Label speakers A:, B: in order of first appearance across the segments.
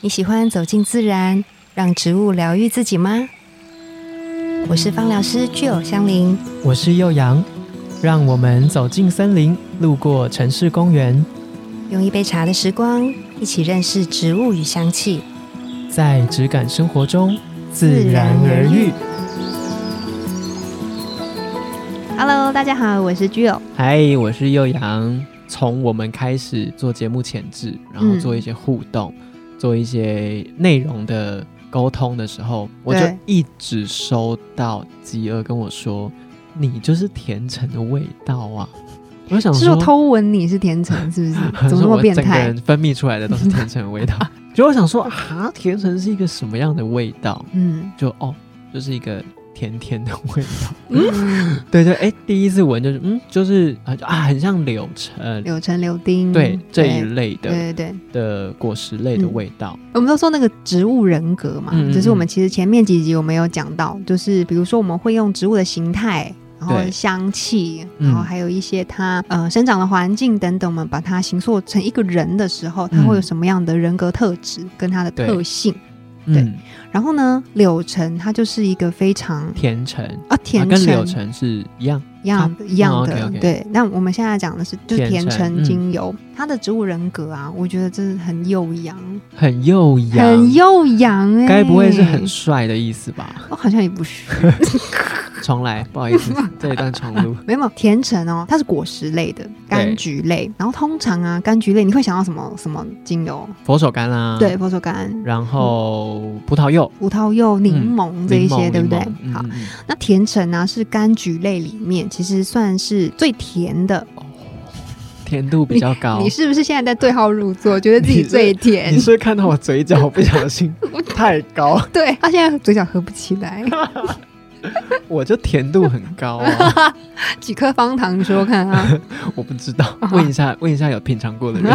A: 你喜欢走进自然，让植物疗愈自己吗？我是芳疗师具有香林，
B: 我是幼阳，让我们走进森林，路过城市公园，
A: 用一杯茶的时光，一起认识植物与香气。
B: 在质感生活中自然而愈。
A: Hello，大家好，我是具有。
B: 嗨，我是幼阳。从我们开始做节目前置，然后
A: 嗯
B: 做一些互动，做一些内容的沟通的时候，我就
A: 对
B: 一直收到吉儿跟我说：“你就是甜橙的味道啊！”我就想
A: 是
B: 说
A: 说，偷吻你是甜橙， 是不是？怎么那么
B: 我
A: 变
B: 整个
A: 态
B: 人？分泌出来的都是甜橙的 味道。就我想说，哈，甜橙是一个什么样的味道？
A: 嗯，
B: 就哦，就是一个甜甜的味 道。嗯，对对，哎，第一次闻就是嗯，就是啊就啊，很像柳橙，
A: 柳橙、柳丁，
B: 对这一类的
A: 嗯对对对，
B: 的果实类的
A: 嗯
B: 味道。
A: 我们都说那个植物人格嘛，
B: 嗯嗯
A: 只是我们其实前面几集我们有讲到，就是比如说我们会用植物的形态。然后
B: 对
A: 香气，
B: 嗯
A: 然后还有一些它呃生长的环境等等，我们把它形塑成一个人的时候，它会有
B: 嗯
A: 什么样的人格特质跟它的
B: 对
A: 特性？对
B: 嗯，
A: 然后呢，柳橙它就是一个非常
B: 甜橙
A: 啊
B: 啊
A: 甜橙
B: 跟柳橙是一样。
A: 一样的一样的、
B: 哦，OK，OK
A: 对。那我们现在讲的是就是
B: 甜
A: 甜
B: 橙
A: 橙
B: 嗯
A: 精油，它的植物人格啊，我觉得真的很悠扬，
B: 很悠扬，
A: 很悠扬哎、
B: 该不会是很帅的意思吧？
A: 哦，好像也不是，
B: 重来，不好意 思，这一段重录。
A: 没有没有甜橙哦，它是果实类的，柑橘类。然后通常啊，柑橘类你会想到什么什么精油？
B: 佛手柑啦，
A: 对，，佛手柑、
B: 然后葡萄柚、
A: 葡萄柚、柠檬这一
B: 嗯柠
A: 些，
B: 檬
A: 对不对？
B: 柠檬
A: 好
B: 嗯，嗯
A: 那甜橙啊是柑橘类里面其实算是最甜的。
B: 嗯甜度比较高。
A: 你是不是现在在对号入座，觉得自己
B: 你是
A: 最甜
B: 你？是不是看到我 嘴角不小心太高，
A: 对，他现在嘴角合不起 来。
B: 我就甜度很高啊，
A: 几颗方糖说看 啊，
B: 我不知道，问一下，问一下有品尝过的人。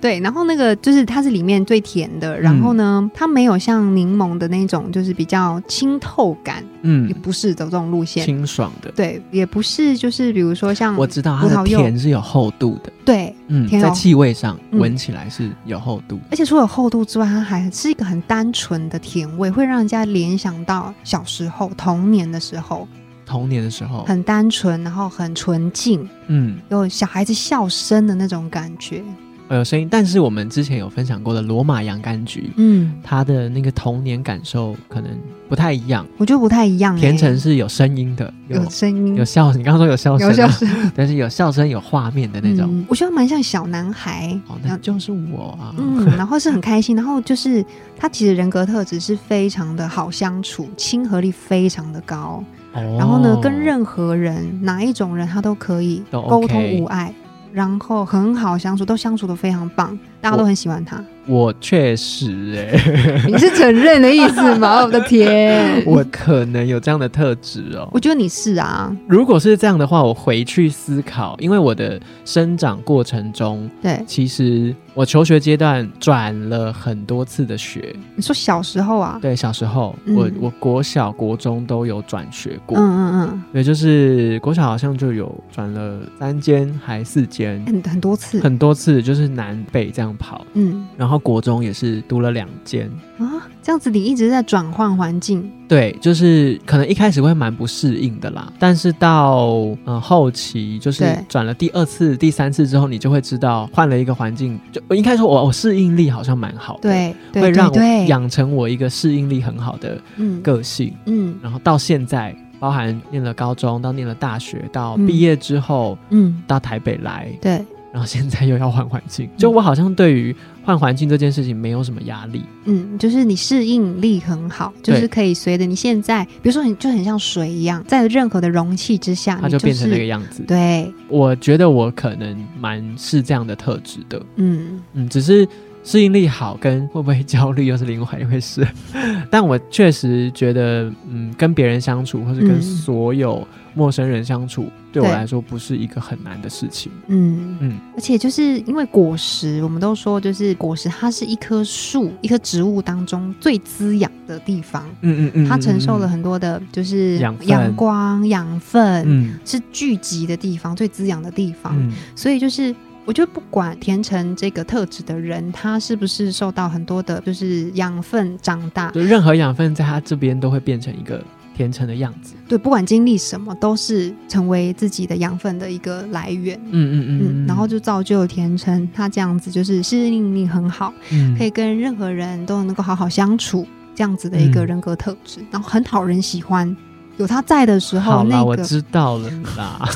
A: 对，然后那个就是它是里面最甜的，然后呢，它没有像柠檬的那种就是比较清透感，
B: 嗯
A: 也，不是走这种路线，
B: 清爽的，
A: 对，也不是就是比如说像
B: 我知道它
A: 葡萄
B: 的
A: 柚
B: 甜是有厚度的，
A: 对，
B: 嗯，
A: 甜哦
B: 在气味上
A: 嗯哎
B: 闻起来是有厚度的。
A: 而且除了厚度之外，它还是一个很单纯的甜味，会让人家联想到小时候童年的时候，
B: 童年的时候，
A: 很单纯，然后很纯净，
B: 嗯，
A: 有小孩子笑声的那种感觉。
B: 呃，有声音。但是我们之前有分享过的罗马洋甘菊，
A: 嗯，
B: 它的那个童年感受可能不太一样。
A: 我觉得不太一样、欸。
B: 甜橙是有声音的，有
A: 有声音，
B: 有笑，你刚刚说有笑声
A: 有笑
B: 啊，
A: 声
B: 但是有笑声有画面的那种。
A: 嗯我觉得蛮像小男孩。
B: 哦，
A: 然
B: 那
A: 后
B: 就是我啊。
A: 嗯，然后是很开心，然后就是他其实人格特质是非常的好相处，亲和力非常的高。
B: 哦
A: 然后呢，跟任何人哪一种人他都可以
B: 都 OK
A: 沟通无碍，然后很好相处，都相处的非常棒，大家都很喜欢他。
B: 我确实哎、
A: 你是承认的意思吗？ 我的天，
B: 我可能有这样的特质哦
A: 我。觉得你是啊，
B: 如果是这样的话，我回去思考，因为我的生长过程中，
A: 对，
B: 其实我求学阶段转了很多次的学。
A: 你说小时候啊，
B: 对，小时候、
A: 嗯
B: 我我国小、国中都有转学过。
A: 嗯嗯
B: 对，就是国小好像就有转了三间还四间
A: 嗯，，很很多次，
B: 很多次，就是南北这样跑。
A: 嗯
B: 然后国中也是读了两间，
A: 啊，这样子你一直在转换环境，
B: 对，就是可能一开始会蛮不适应的啦，但是到呃后期，就是
A: 对
B: 转了第二次、第三次之后，你就会知道换了一个环境，就应该说我我适应力好像蛮好的，，
A: 对，对
B: 会让我
A: 对对，
B: 养成我一个适应力很好的
A: 嗯
B: 个性，
A: 嗯
B: 然后到现在，包含念了高中，到念了大学，到
A: 嗯
B: 毕业之后、
A: 嗯，
B: 到台北来，
A: 对，
B: 然后现在又要换环境，就我好像对于换环境这件事情没有什么压力，
A: 嗯，就是你适应力很好，就是
B: 对
A: 可以随着你现在，比如说你就很像水一样，在任何的容器之下，
B: 它
A: 啊你
B: 就变成那个
A: 是
B: 样子。
A: 对，
B: 我觉得我可能蛮是这样的特质的，
A: 嗯，
B: 嗯，只是适应力好跟会不会焦虑又是另外一回事。 但我确实觉得，嗯，跟别人相处或是
A: 嗯
B: 跟所有陌生人相处，对我
A: 对
B: 来说不是一个很难的事情。
A: 嗯
B: 嗯，
A: 而且就是因为果实，我们都说就是果实，它是一棵树、一棵植物当中最滋养的地方，
B: 嗯嗯嗯
A: 它承受了，很多的，就是
B: 养分
A: 阳光、养分。
B: 嗯
A: 是聚集的地方，最滋养的地方，
B: 嗯
A: 所以就是我觉得不管甜橙这个特质的人，他是不是受到很多的就是养分长大，
B: 就任何养分在它这边都会变成一个甜橙的样子。
A: 对，不管经历什么，都是成为自己的养分的一个来源。
B: 嗯嗯嗯
A: 嗯，然后就造就甜橙，他这样子就是适应力很好，
B: 嗯
A: 可以跟任何人都能够好好相处，这样子的一个
B: 嗯
A: 人格特质，然后很讨人喜欢。有他在的时候，
B: 好啦，
A: 那
B: 我
A: 个
B: 知道了 啦，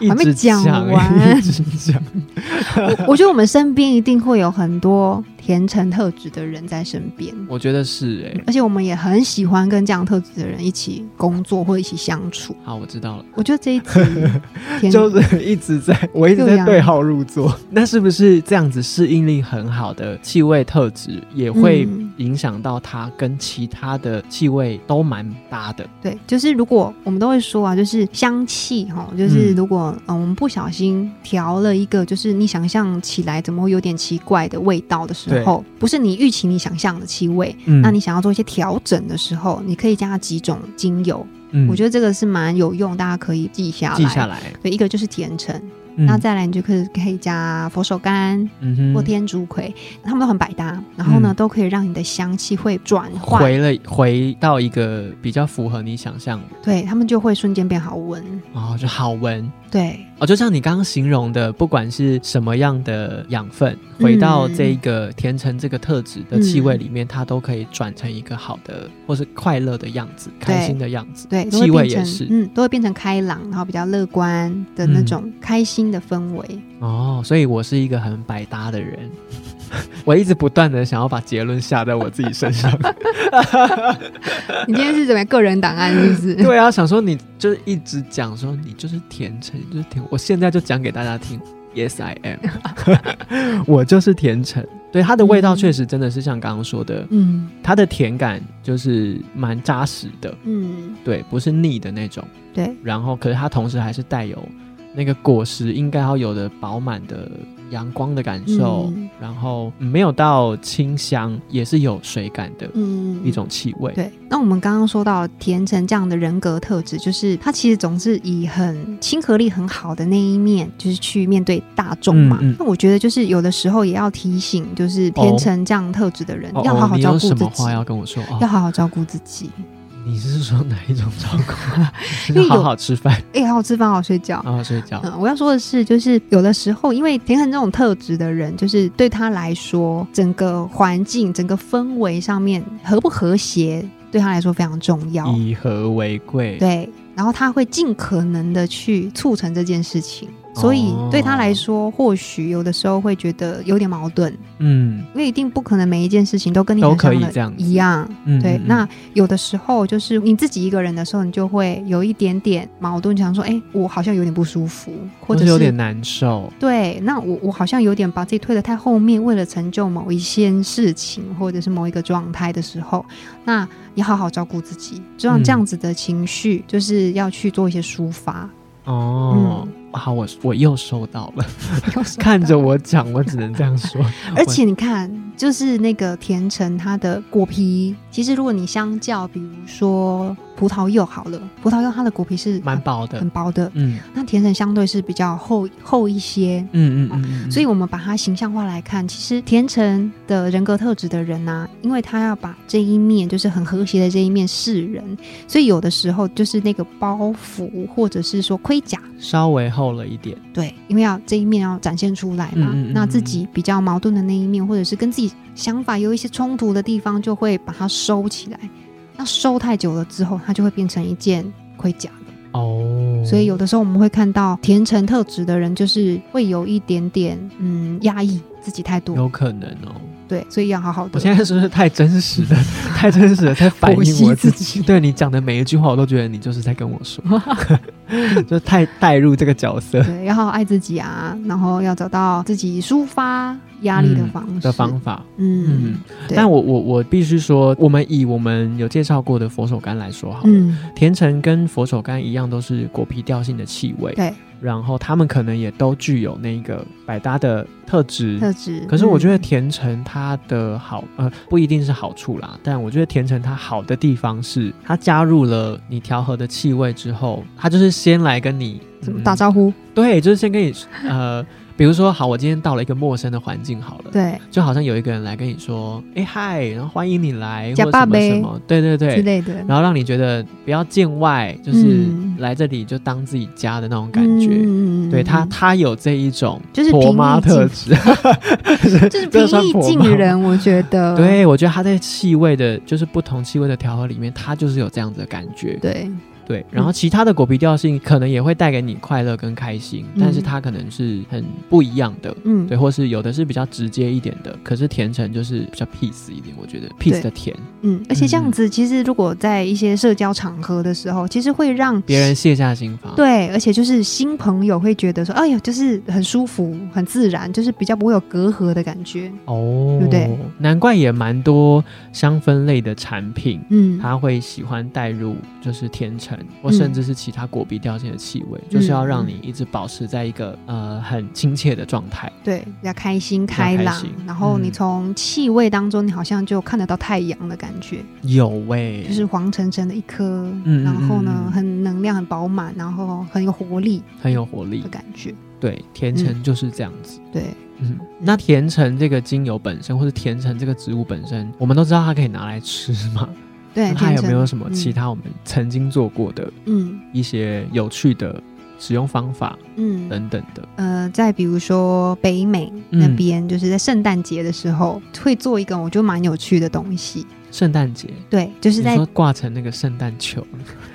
B: 一
A: 还没
B: 直
A: 讲完
B: 一直讲。
A: 我我觉得我们身边一定会有很多甜橙特质的人在身边，
B: 我觉得是哎、
A: 而且我们也很喜欢跟这样特质的人一起工作或一起相处。
B: 好，我知道了，
A: 我觉得这一 集甜
B: 就是一直在，我一直
A: 又
B: 在
A: 痒
B: 对啊号入座。那是不是这样子适应力很好的气味特质，也会
A: 嗯
B: 影响到它跟其他的气味都蛮搭的？
A: 对，就是如果我们都会说啊，就是香气哈，就是
B: 嗯
A: 如果嗯、呃我们不小心调了一个，就是你想象起来怎么会有点奇怪的味道的时候，不是你预期你想象的气味，
B: 嗯
A: 那你想要做一些调整的时候，你可以加几种精油，
B: 嗯
A: 我觉得这个是蛮有用，大家可以记下来。
B: 记下来，
A: 对，一个就是甜橙，
B: 嗯
A: 那再来你就可以可以加佛手柑
B: 嗯哼
A: 或天竺葵，它们都很百搭，然后呢、
B: 嗯
A: 都可以让你的香气会转换，
B: 回了回到一个比较符合你想象
A: 对，它们就会瞬间变好闻。
B: 哦，就好闻
A: 对，
B: 哦，就像你刚刚形容的，不管是什么样的养分，回到这个甜橙这个特质的气味里面，它都可以转成一个好的或是快乐的样子，开心的样子。
A: 对，都
B: 气
A: 会
B: 味
A: 变
B: 也
A: 成
B: 是
A: 嗯，都会变成开朗，然后比较乐观的那种开心的氛 围。
B: 哦，所以我是一个很百搭的人。 我一直不断的想要把结论下在我自己身上，
A: 你今天是怎么样个人档案是不是？
B: 对啊，想说你就是一直讲说你就是甜橙，你就是甜，我现在就讲给大家听，Yes I am，我 就是甜橙。对它的味
A: 嗯
B: 道确实真的是像刚刚说的，
A: 嗯
B: 它的甜感就是蛮扎实的，
A: 嗯，
B: 对，不是腻的那种。
A: 对，
B: 然后，可是它同时还是带有那个果实应该要有的饱满的阳光的感受，
A: 嗯
B: 然后嗯没有到清香，也是有水感的
A: 嗯，
B: 一种气味。
A: 对，那我们刚刚说到甜橙这样的人格特质，就是他其实总是以很亲和力很好的那一面，就是去面对大众嘛。
B: 嗯嗯
A: 那我觉得就是有的时候也要提醒，就是甜橙这样特质的人、
B: 哦
A: 要好好
B: 你
A: 照
B: 有
A: 顾自
B: 什
A: 己，
B: 么话要跟我说？
A: 要
B: 哦，
A: 好好照顾自己。
B: 你是说哪一种照顾？
A: 因为
B: 就
A: 有
B: 是好好吃饭，
A: 哎、好好吃饭，好好睡觉。
B: 好好睡觉。
A: 嗯，我要说的是，就是有的时候，因为平衡这种特质的人，就是对他来说，整个环境、整个氛围上面和不和谐，对他来说非常重要。
B: 以和为贵，
A: 对，然后他会尽可能的去促成这件事情，所以
B: 哦
A: 对他来说，或许有的时候会觉得有点矛盾，
B: 嗯
A: 因为一定不可能每一件事情都跟你
B: 都
A: 想象
B: 可以
A: 的
B: 这样子
A: 一样。
B: 嗯，
A: 对
B: 嗯，
A: 那有的时候就是你自己一个人的时候，你就会有一点点矛盾，想说，哎，我好像有点不舒服，或
B: 或
A: 者
B: 是
A: 是
B: 有点难受，
A: 对，那我我好像有点把自己推得太后面，为了成就某一件事情或者是某一个状态的时候，那你好好照顾自己，就像
B: 嗯
A: 这样子的情绪，就是要去做一些抒发。
B: 哦，
A: 嗯
B: 好，我我又收到了，
A: 有 时候
B: 看着我讲，我只能这样说。
A: 而且你看，就是那个甜橙，它的果皮，其实如果你相较，比如说葡萄柚好了，葡萄柚它的果皮是
B: 我蛮
A: 很
B: 薄的
A: 很，薄的，
B: 嗯
A: 那甜橙相对是比较厚厚一些，
B: 嗯嗯嗯嗯，
A: 所以，我们把它形象化来看，其实甜橙的人格特质的人呐、因为他要把这一面，就是很和谐的这一面示人，所以有的时候就是那个包袱或者是说盔甲，
B: 稍微厚了一点，
A: 对，因为要这一面要展现出来嘛。
B: 嗯嗯嗯
A: 那自己比较矛盾的那一面，或者是跟自己想法有一些冲突的地方，就会把它收起来。那收太久了之后，它就会变成一件盔甲。
B: 哦，
A: 所以有的时候我们会看到甜橙特质的人，就是会有一点点嗯压抑自己太多，
B: 有可能哦。
A: 对，所以要好好
B: 我
A: 的。
B: 现在是不是太真实 了？太真实了，太反
A: 剖析
B: 映我自
A: 自
B: 己。对你讲的每一句话，我都觉得你就是在跟我 说， 就太带入这个角色
A: 对，要好好
B: 嗯
A: 爱自己啊，然后要找到自己抒发压力的
B: 嗯
A: 方式。
B: 的方法。
A: 嗯
B: 嗯，
A: 对
B: 但我我我必须说，我们以我们有介绍过的佛手柑来说好了，
A: 嗯，
B: 甜橙跟佛手柑一样，都是果皮调性的气味，
A: 对，
B: 然后它们可能也都具有那个百搭的特质。
A: 特质。
B: 可是我觉得
A: 嗯
B: 甜橙它的好，呃，不一定是好处啦，但我觉得甜橙它好的地方是，它加入了你调和的气味之后，它就是先来跟你、嗯
A: 怎么打招呼，
B: 呼，对，就是先跟你，呃，比如说，好，我今天到了一个陌生的环境，好了，
A: 对
B: 就好像有一个人来跟你说，哎、嗨，然后欢迎你来，
A: 假
B: 或者
A: 爸
B: 什么
A: 呗
B: 什么，对对
A: 之
B: 对，
A: 类的
B: 然后让你觉得不要见外，就是
A: 嗯
B: 来这里就当自己家的那种感觉。
A: 嗯
B: 对他，
A: 嗯
B: 他有这一种
A: 就是
B: 婆妈
A: 平易
B: 特
A: 近
B: 质， 就
A: 嗯 就是平易近。人，我觉得
B: 对，我觉得他在气味的，就是不同气味的调和里面，他就是有这样子的感觉。
A: 对嗯
B: 对，然后其他的果皮调性可能也会带给你快乐跟开心，
A: 嗯
B: 但是它可能是很不一样的。
A: 嗯
B: 对，或是有的是比较直接一点的，可是甜橙就是比较 peace 一点，我觉得 peace 的甜，
A: 嗯，而且这样
B: 嗯
A: 子，其实如果在一些社交场合的时候，其实会让
B: 别人卸下心防。
A: 对，而且就是新朋友会觉得说，哎呀，就是很舒服、很自然，就是比较不会有隔阂的感觉。
B: 哦，
A: 对不对？
B: 难怪也蛮多香氛类的产品，
A: 嗯，
B: 他会喜欢带入就是甜橙，或
A: 嗯
B: 甚至是其他果皮调性的气味，就是要让你一直保持在一个呃很亲切的状态。
A: 对，比较开心、
B: 较开
A: 开朗
B: 心，
A: 然后你
B: 嗯
A: 从气味当中，你好像就看得到太阳的感觉，
B: 有喂、
A: 就是黄澄澄的一颗，
B: 嗯
A: 然后呢
B: 嗯，嗯
A: 很能量很饱满，然后很有活力嗯
B: 很有活力
A: 的。感觉。
B: 对，甜橙就是这样子。
A: 对，
B: 嗯，那甜橙这个精油本身，或是甜橙这个植物本身，我们都知道它可以拿来吃嘛。
A: 对，
B: 那它
A: 甜
B: 有没有
A: 橙
B: 什么其？他我们曾经做过的
A: 嗯
B: 一些有趣的使用方法
A: 嗯嗯，
B: 等等的？
A: 呃，再比如说北美那
B: 嗯
A: 边，就是在圣诞节的时候会做一个我觉得蛮有趣的东西。
B: 圣诞节，
A: 对，就是
B: 你
A: 在
B: 说挂成那个圣诞球，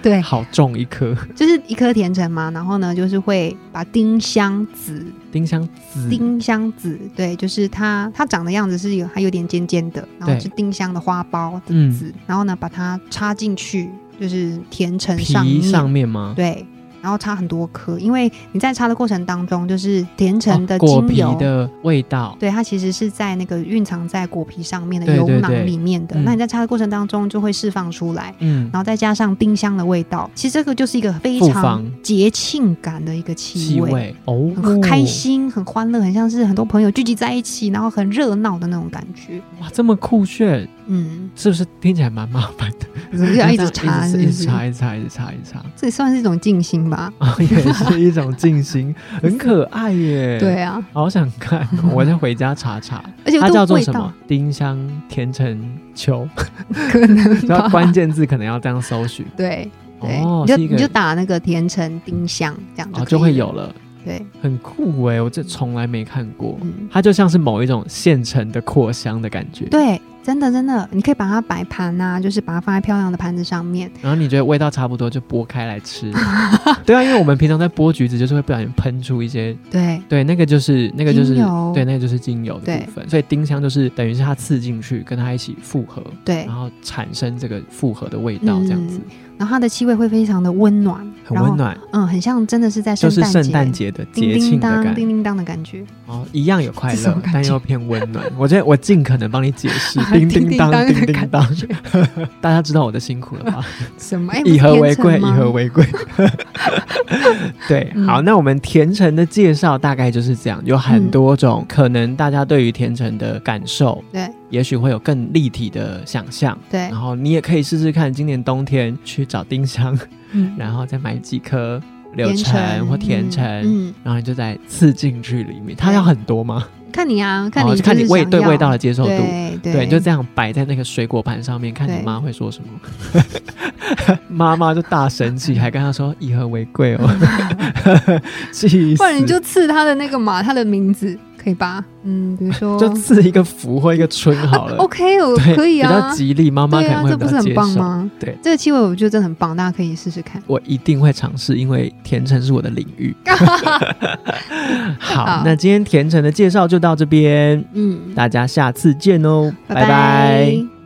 A: 对，
B: 好重一颗
A: 就是一颗甜橙嘛，然后呢，就是会把丁香子，
B: 丁香籽，
A: 丁香子，对，就是它它长的样子是有它有点尖尖的，然后
B: 对
A: 是丁香的花苞的
B: 嗯，
A: 籽，然后呢把它插进去，就是甜橙上
B: 皮
A: 面，
B: 上面吗？
A: 对，然后插很多颗，因为你在插的过程当中，就是甜橙的
B: 哦果
A: 精
B: 皮
A: 油。
B: 的味道，
A: 对，它其实是在那个蕴藏在果皮上面的
B: 对
A: 油
B: 对
A: 囊
B: 对
A: 里面的。
B: 嗯
A: 那你在插的过程当中就会释放出来，
B: 嗯，
A: 然后再加上丁香的味道，其实这个就是一个非
B: 复
A: 常
B: 方
A: 节庆感的一个气
B: 气
A: 味，
B: 味哦，
A: 很开心、很欢乐，很像是很多朋友聚集在一起，然后很热闹的那种感觉。
B: 哇，这么酷炫，
A: 嗯，
B: 是不是听起来蛮麻烦的？
A: 就是 嗯要一直
B: 插，
A: 插，是
B: 一直
A: 不
B: 一直
A: 是？
B: 插，一直插，一直插，一 直插，
A: 这也算是一种静心吧？
B: 啊，也 是一种静心，很可爱耶。，
A: 对啊，
B: 好想 看哦，我再回家查查。
A: 而且
B: 它叫
A: 这个
B: 做
A: 味
B: 什
A: 道
B: 么？丁香甜橙 球，
A: 可能
B: 然后
A: 吧。
B: 关键字可能要这样搜寻，
A: 对对，
B: 哦
A: 你，就是
B: 一
A: 你就
B: 个
A: 打那个甜橙丁香这样
B: 哦
A: 就
B: 就
A: 可以
B: 会有了，
A: 了。对，
B: 很酷哎，我这从来没看过。
A: 嗯，
B: 它就像是某一种现成的扩香的感觉，
A: 对，真的真的，你可以把它摆盘啊，就是把它放在漂亮的盘子上面。
B: 然后你觉得味道差不多就剥开来吃， 对啊，因为我们平常在剥橘子就是会不小心喷出一些，
A: 对，
B: 对，那个就是那个就是
A: 精油
B: 对，那个就是精油的
A: 对
B: 部分，所以丁香就是等于是它刺进去，跟它一起复合，
A: 对
B: 然后产生这个复合的味道，
A: 嗯
B: 这样子、
A: 然后它的气味会非常的温暖，
B: 很
A: 然后
B: 温暖，
A: 嗯，很像真的是在
B: 就
A: 圣
B: 是
A: 诞节，
B: 圣诞节的
A: 叮
B: 节庆
A: 叮
B: 的
A: 当
B: 感
A: 叮
B: 觉，
A: 叮当的感觉，
B: 哦，一样有快
A: 这什
B: 乐
A: 么，感
B: 但
A: 觉，
B: 又偏温暖。我觉得我尽可能帮你解释 叮叮当
A: 当
B: 叮叮当，
A: 的感觉
B: 大家知道我的辛苦了吧？
A: 什么？哎
B: 以和为贵，以
A: 吗？
B: 和为贵。 对，
A: 嗯嗯
B: 好，那我们甜橙的介绍大概就是这样，有很多种、可能，大家对于甜橙的感受，
A: 对
B: 也许会有更立体的想象。
A: 对
B: 然，后你也可以试试看，今年冬天去找丁香，
A: 嗯
B: 然后再买几颗柳
A: 甜
B: 橙
A: 橙
B: 或甜橙，
A: 嗯，
B: 然后你就在刺进去里面。它要很多吗？
A: 嗯看你啊，看
B: 哦
A: 你
B: 就看你
A: 就是
B: 味
A: 想
B: 对
A: 要
B: 味道的接受度。
A: 对
B: 对，
A: 对，
B: 你就这样摆在那个水果盘上面，看你
A: 对
B: 妈会说什么。 妈妈就大生气，还跟她说“以和为贵”哦， 气死！
A: 不然你就刺他的那个嘛，他的名字可以吧？嗯，比如说
B: 就刺一个福或一个春好了。
A: OK，我
B: 对，
A: 哦可以
B: 比较
A: 啊，
B: 吉利，妈妈
A: 对
B: 可能
A: 啊，
B: 会
A: 这
B: 比
A: 不是
B: 较
A: 很
B: 接
A: 棒
B: 受。
A: 吗？
B: 对，
A: 这个气味我觉得真的很棒，大家可以试试 看。
B: 我一定会尝试，因为甜橙是我的领 域。好，
A: 好
B: 那今天甜橙的介绍就到这边，
A: 嗯，
B: 大家下次见哦，拜拜
A: 拜